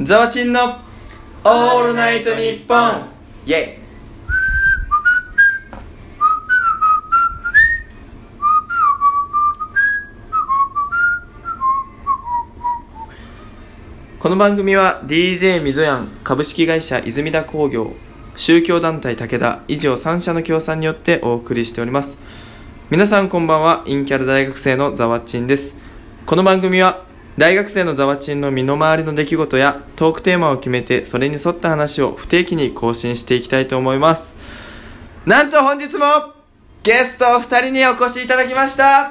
ザワチンのオールナイトニッポンイェイこの番組は DJ みぞやん株式会社泉田工業宗教団体武田以上3社の協賛によってお送りしております皆さんこんばんはインキャラ大学生のざわちんですこの番組は大学生のざわちんの身の回りの出来事やトークテーマを決めてそれに沿った話を不定期に更新していきたいと思いますなんと本日もゲストお二人にお越しいただきましたイ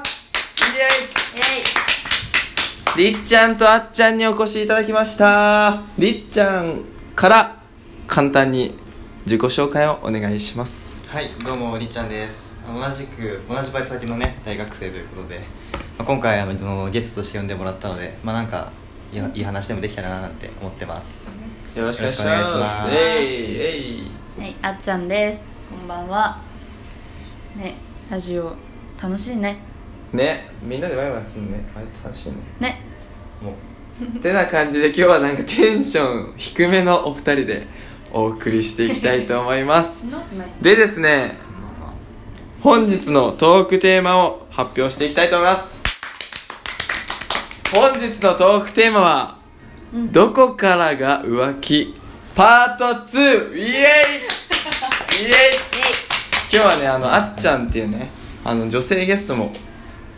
エイイりっちゃんとあっちゃんにお越しいただきましたりっちゃんから簡単に自己紹介をお願いしますはいどうもりっちゃんです同じく同じバイト先のね大学生ということで、まあ、今回あのゲストとして呼んでもらったのでまあなんかいやいい話でもできたらななんて思ってますよろしくお願いしよろましくお願いしますすえいえいエイはいあっちゃんですこんばんはねラジオ楽しいねねみんなでワイワイするねあれ楽しいねねもうてな感じで今日はなんかテンション低めのお二人でお送りしていきたいと思いますでですね本日のトークテーマを発表していきたいと思います本日のトークテーマは「うんどこからが浮気」パート2イエイイエイ今日はねあのあっちゃんっていうねあの女性ゲストも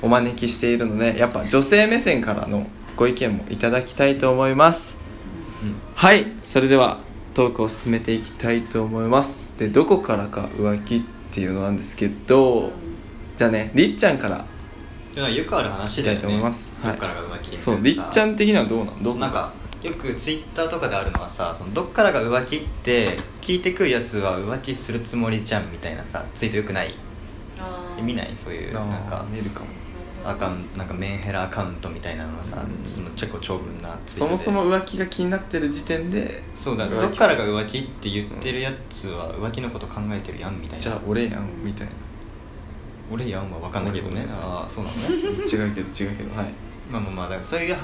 お招きしているのでやっぱ女性目線からのご意見もいただきたいと思います、うんはいそれではトークを進めていきたいと思いますでどこからか浮気っていうのなんですけど、じゃあねりっちゃんからでもなんかよくある話だよねいきたいと思いますはいどっからが浮気みたいなさそうりっちゃん的にはどうなのどそうなんかよくツイッターとかであるのはさそのどっからが浮気って聞いてくるやつは浮気するつもりじゃんみたいなさツイートよくない見ないそういうあーなんか見るかもアカウントなんかメンヘラアカウントみたいなのがさ、うんその結構長文なツイそートもでそも浮気が気になってる時点でそうだ浮気どっからが浮気って言ってるやつは浮気のこと考えてるやんみたいなじゃあ俺やんみたいな俺やんは分かんないけどね俺もねああそうなの ね違うけど違うけどはいまあまあまあだからそういうは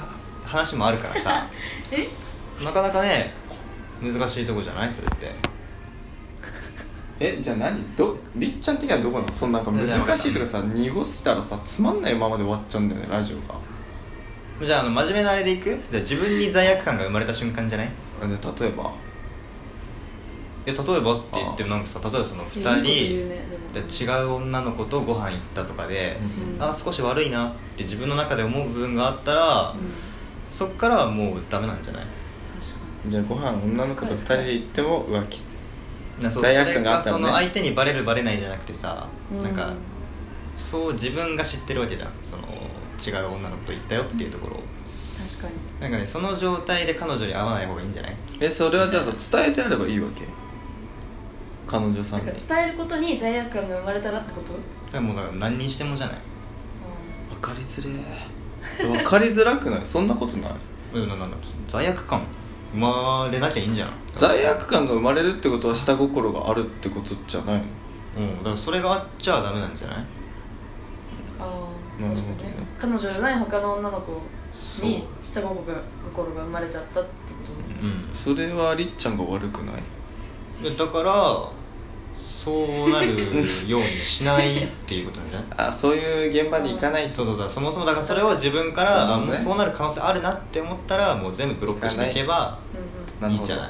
話もあるから さなかなかね難しいとこじゃないそれってえじゃあ何どりっちゃん的にはどこなのそのなんか難しいとかさ濁したらさつまんないままで終わっちゃうんだよねラジオがじゃああの真面目なあれでいくじゃあ自分に罪悪感が生まれた瞬間じゃないあで例えばいや例えばって言ってもなんかさ例えばそのいやい2いこと言う人ねででも違う女の子とご飯行ったとかで、うんあー少し悪いなって自分の中で思う部分があったら、うんそっからはもうダメなんじゃない確じゃあご飯女の子と二人で行っても浮気なそう罪悪感があったそれらそねの相手にバレるバレないじゃなくてさ、うんなんかそう自分が知ってるわけじゃんその違う女の子と行ったよっていうところを、かになんかねその状態で彼女に会わない方がいいんじゃないえそれはじゃあさ伝えてあればいいわけ彼女さん確かにに伝えることに罪悪感が生まれたらってこだとからもうだから何にしてもじゃない分かりづれえ分かりづらくないそんなことないうんなんだ罪悪感生まれなきゃいいんじゃん罪悪感が生まれるってことは下心があるってことじゃないのうんだからそれがあっちゃダメなんじゃないああなる確ほかどねにね彼女じゃない他の女の子そうに下心が心が生まれちゃったってこうとんそれはりっちゃんが悪くないでだからそうなるようにしないっていうことなんじゃないあそういう現場に行かないそうそうそうそもそもだからそれを自分からそあうだねもうそうなる可能性あるなって思ったらもう全部ブロックしていけばうんないいんじゃない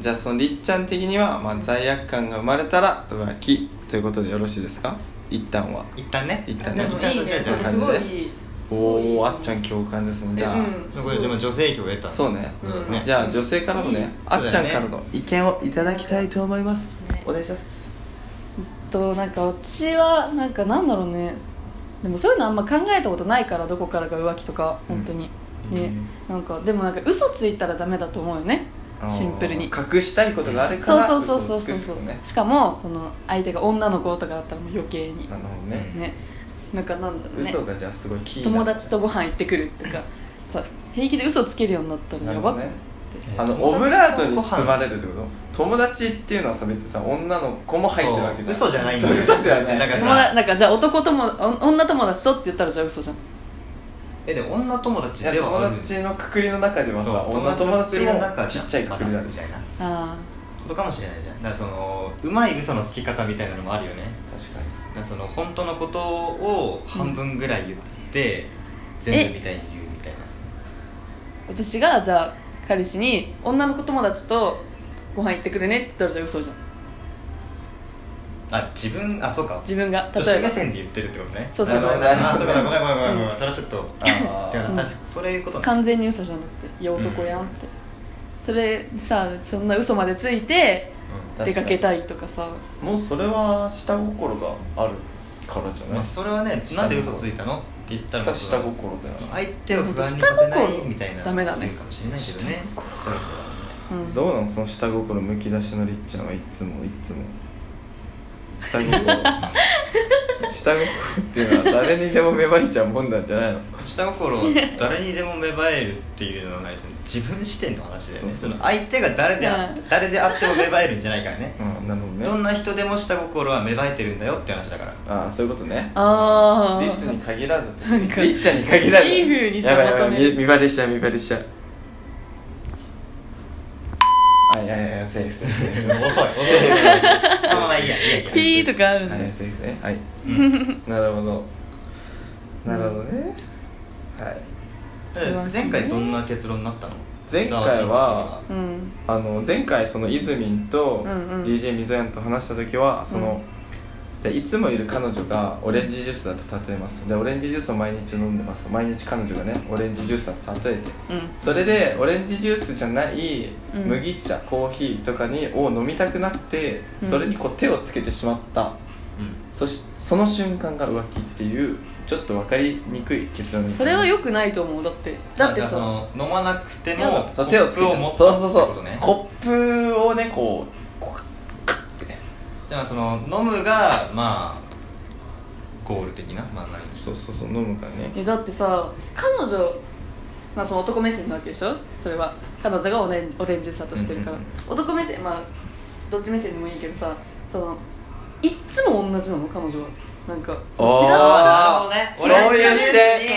じゃあそのりっちゃん的には、まあ、罪悪感が生まれたら浮気ということでよろしいですか一旦は一旦ね一旦でねもいいねじゃそあれじゃあすごいいいおおあっちゃん共感ですねじゃあ、うんこれでも女性票を得たそうねうんねじゃあ女性からのね、あっちゃんからの意見をいただきたいと思います、ねお願いしますとなんか私はなんかなんだろうねでもそういうのあんま考えたことないからどこからが浮気とか本当に、ねなんかでもなんか嘘ついたらダメだと思うよねシンプルに隠したいことがあるかそうらそうそうそう嘘そをうつくそっうてことねしかもその相手が女の子とかだったらもう余計になるほどね、ねなんかなんだろうね嘘がじゃあすごいキーな友達とご飯行ってくるとかさ平気で嘘つけるようになったらやばくないなるってあの友オ達とブラートに包まれるってこと友達っていうのはさ別にさ女の子も入ってるわけじゃんそう嘘じゃないんだそう嘘じゃないだから友達なんかじゃあ男友お女友達とって言ったらじゃあ嘘じゃんえでも女友達いやではあ友る達のくくりの中ではそさう女友達のも中ちじゃっんちゃいくくりだまみたいなあことかもしれないじゃんだからそのうまい嘘のつき方みたいなのもあるよね確かにだからその本当のことを半分ぐらい言って、全部みたいに言うみたいなあ私がじゃあ彼氏に女の子友達とご飯行ってくるねって言ったらじゃあ嘘じゃんあ自分あそうか自分が女例え子ば目線で言ってるってことねそうそうそうなるほどあそうかごめんごめんごめんごめん、うんそれはちょっとあ違うーな確かそれいうことね完全に嘘じゃなくていや男やんって、それさそんな嘘までついてう出かけたりとかさもうそれは下心があるからじゃんなまいあ、それはね下心なんで嘘ついたのって言ったらまあ下心だよな相手を不安にさせな下い心みたいなダメだね言うかもしれないけどねそうそううんどうなのその下心むき出しのりっちゃんはいつもい つも下心下心っていうのは誰にでも芽生えちゃうもんなんじゃないの下心は誰にでも芽生えるっていうのはないですよね自分視点の話だよねそそうそうそうの相手が誰であ、うん誰であっても芽生えるんじゃないからねうんなるほどどんねな人でも下心は芽生えてるんだよって話だからああそういうことねありっちあに限らずなんかりっちゃんに限らずいい風にさやばいやばまいとめる見見バレしちゃう見バレしちゃうあいやいやいやセーフセーフセーフ 遅い遅い まあまあいいやいいやいいやピーとかあるんだはい、セーフね。はい。うんなるほど。なるほどね。はい。前回どんな結論になったの前回はうんあの前回そのイズミンとうんうん DJ みぞやんと話した時はその、でいつもいる彼女がオレンジジュースだと例えますでオレンジジュースを毎日飲んでます毎日彼女がねオレンジジュースだと例えてうんそれでオレンジジュースじゃないうん麦茶、コーヒーとかにを飲みたくなってうんそれにこう手をつけてしまった、うんそしその瞬間が浮気っていうちょっと分かりにくい結論にそれは良くないと思うだってだあってじゃあさその飲まなくてやだもそう手をつけコップて持つそうそうってそことう、ねコップをねこうこうカッてねじゃあその飲むがまあゴール的なまあ何そうそうそう飲むからねえだってさ彼女まあその男目線なわけでしょそれは彼女がオレンオレンジさとしてるから、うんうん男目線まあどっち目線でもいいけどさそのいっつも同じなの彼女はなんかその違うあーなるほどねそういう視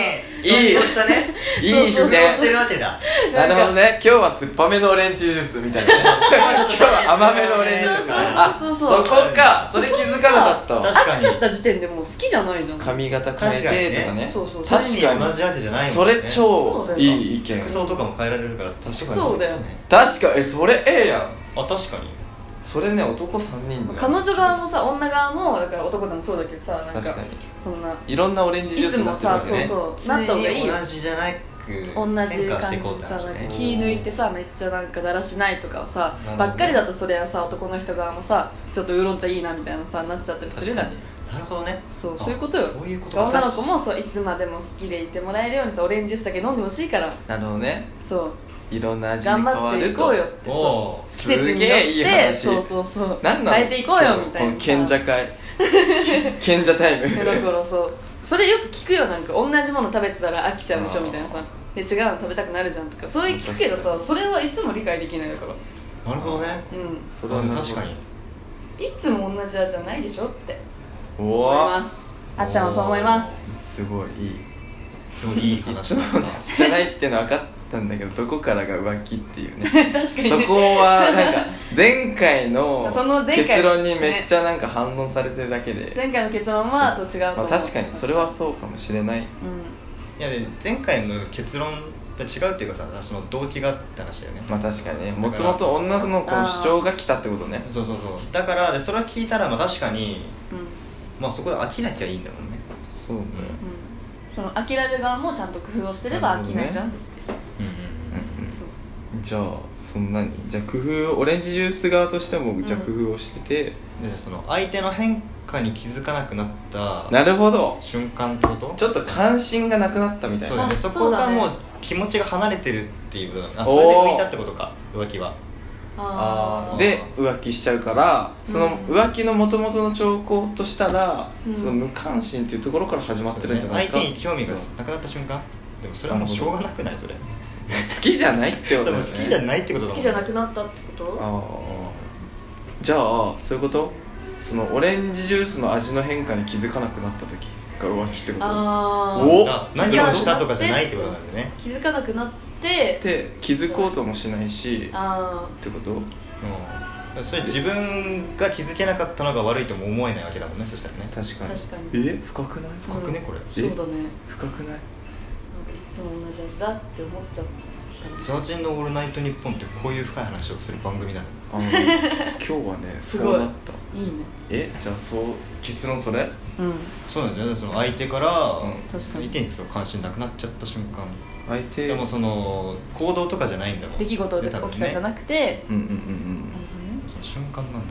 点俺のニュースにちょっとしたねいいち視ょっと点してるわけだなるほどね今日は酸っぱめのオレンジジュースみたいな 今日は甘めのオレンジジュースあそうそうそうそこかそれ気づかなかったわ確か飽きちゃっにた時点でもう好きじゃないじゃん髪型変えてとかねそうそう確単に同かじ相手じゃないもんにねそれ超そうだよいい意見服装とかも変えられるから確かにそうだよ確かえそれええやんあ確かにそれね男3人だよ彼女側もさ女側もだから男でもそうだけどさなんか確かにそんないろんなオレンジジュースになってるわけねいつもさそう常なった方がいいによ同じじゃなく同じ変化して感じいでこうって話さなんかね気抜いてさめっちゃなんかだらしないとかはさなるほどねばっかりだとそれはさ男の人側もさちょっとウーロン茶いいなみたいなさなっちゃったりす確るじかゃんになるほどねそうあそういうことよそういうことか女の子もそういつまでも好きでいてもらえるようにさオレンジジュースだけ飲んでほしいからなるほどねそういろんな味に頑変張わっていることうよっておそうー季節によすげえいいって話そうそうそうなんなの変えていこうよみたいなこの賢者 会賢者タイいやだかムらそうそれよく聞くよなんか同じもの食べてたら飽きちゃうでしょあーみたいなさで違うの食べたくなるじゃんとかそういう聞くけどさそれはいつも理解できないだからうなるほどねんそそれれははなるほど確かにいつも同じ味じゃないでしょってう思いまわすあっちゃんはそう思いますすごいいいす ごいいいいつ話ものだじゃないってのは分かったんだけどどこからが浮気っていうね 確かそにねこはなんか前回の その前回結論にめっちゃなんか反論されてるだけで前回の結論はちょっと違うとまあ思う確かにそれはそうかもしれないうんいやで前回の結論が違うっていうかさその動機があって話だよね、まあ確かにねだからもともと女の子の主張が来たってことねそうそうそうだからでそれを聞いたらまあ確かにうんまあそこで飽きなきゃいいんだもんねそうねうんその飽きられる側もちゃんと工夫をしてれば飽きないじゃんってうんうんうんうんそうじゃあそんなにじゃあ工夫をオレンジジュース側としてもじゃあ工うん夫をしてて、うんでその相手の変化に気づかなくなったなるほど瞬間ってことちょっと関心がなくなったみたいそうだなねあそこがそうだねもう気持ちが離れてるっていうことだねあおーそれで浮いたってことか浮気はああーーで浮気しちゃうからそのうん浮気のもともとの兆候としたら、うんその無関心っていうところから始まってるんじゃないか、そうだね相手に興味がなくなった瞬間でもそれはもうしょうがなくないそれ好きじゃないってことそれだもよ うね好きじゃないってことだ好もんきじゃなくなったってことああじゃあそういうことそのオレンジジュースの味の変化に気づかなくなった時が浮気ってことああおだ何をしたとかじゃないってことなんでね気づかなくなってで気づこうともしないしっあてことうんそれ自分が気づけなかったのが悪いとも思えないわけだもんねそしたらね確あかに確かにえ深くないうん深くねこれそうだねなんか深くないいつも同じ味だって思っちゃったのザーチンの「オールナイトニッポン」ってこういう深い話をする番組なのあ の今日はねすそうごいだったいいねえじゃあそう結論それうんそうなんだよねその相手から、うん確か相に手にそう関心なくなっちゃった瞬間相手でもその行動とかじゃないんだろう出来事で起きたじゃなてくてうんうんうんうんなるほどねその瞬間なんだろうね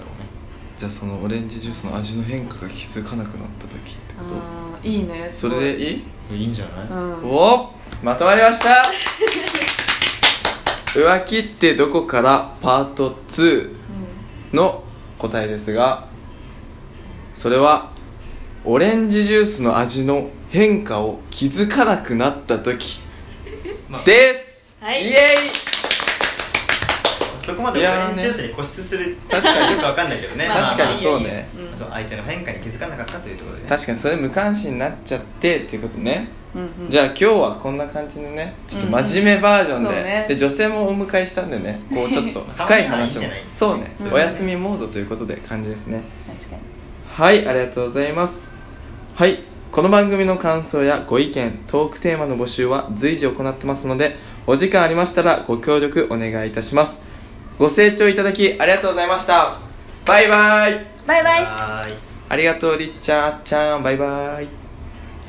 じゃあそのオレンジジュースの味の変化が気づかなくなった時ってこああいいねとすそごれでいいいいんじゃない、うんおおまとまりました 浮気ってどこからパート2の答えですがそれはオレンジジュースの味の変化を気づかなくなった時まあです、はイいエそこまでオレンジジュースに固執する 確かに よくわかんないけどねまあ確かにまそうねあまあんそう相手の変化に気づかなかったというところでイね確かにそれ無関心になっちゃってっていうことねうんうんじゃあ今日はこんな感じでねちょっと真面目バージョンで,、うんうんそうねで女性もお迎えしたんで ねこうちょっとまあ深い話もたまにはいいんじゃないそうね、うんお休みモードということで感じですね確かにはいありがとうございますはいこの番組の感想やご意見トークテーマの募集は随時行ってますのでお時間ありましたらご協力お願いいたしますご清聴いただきありがとうございましたバイバイバイバイはーいありがとうりっちゃんあっちゃんバイバイ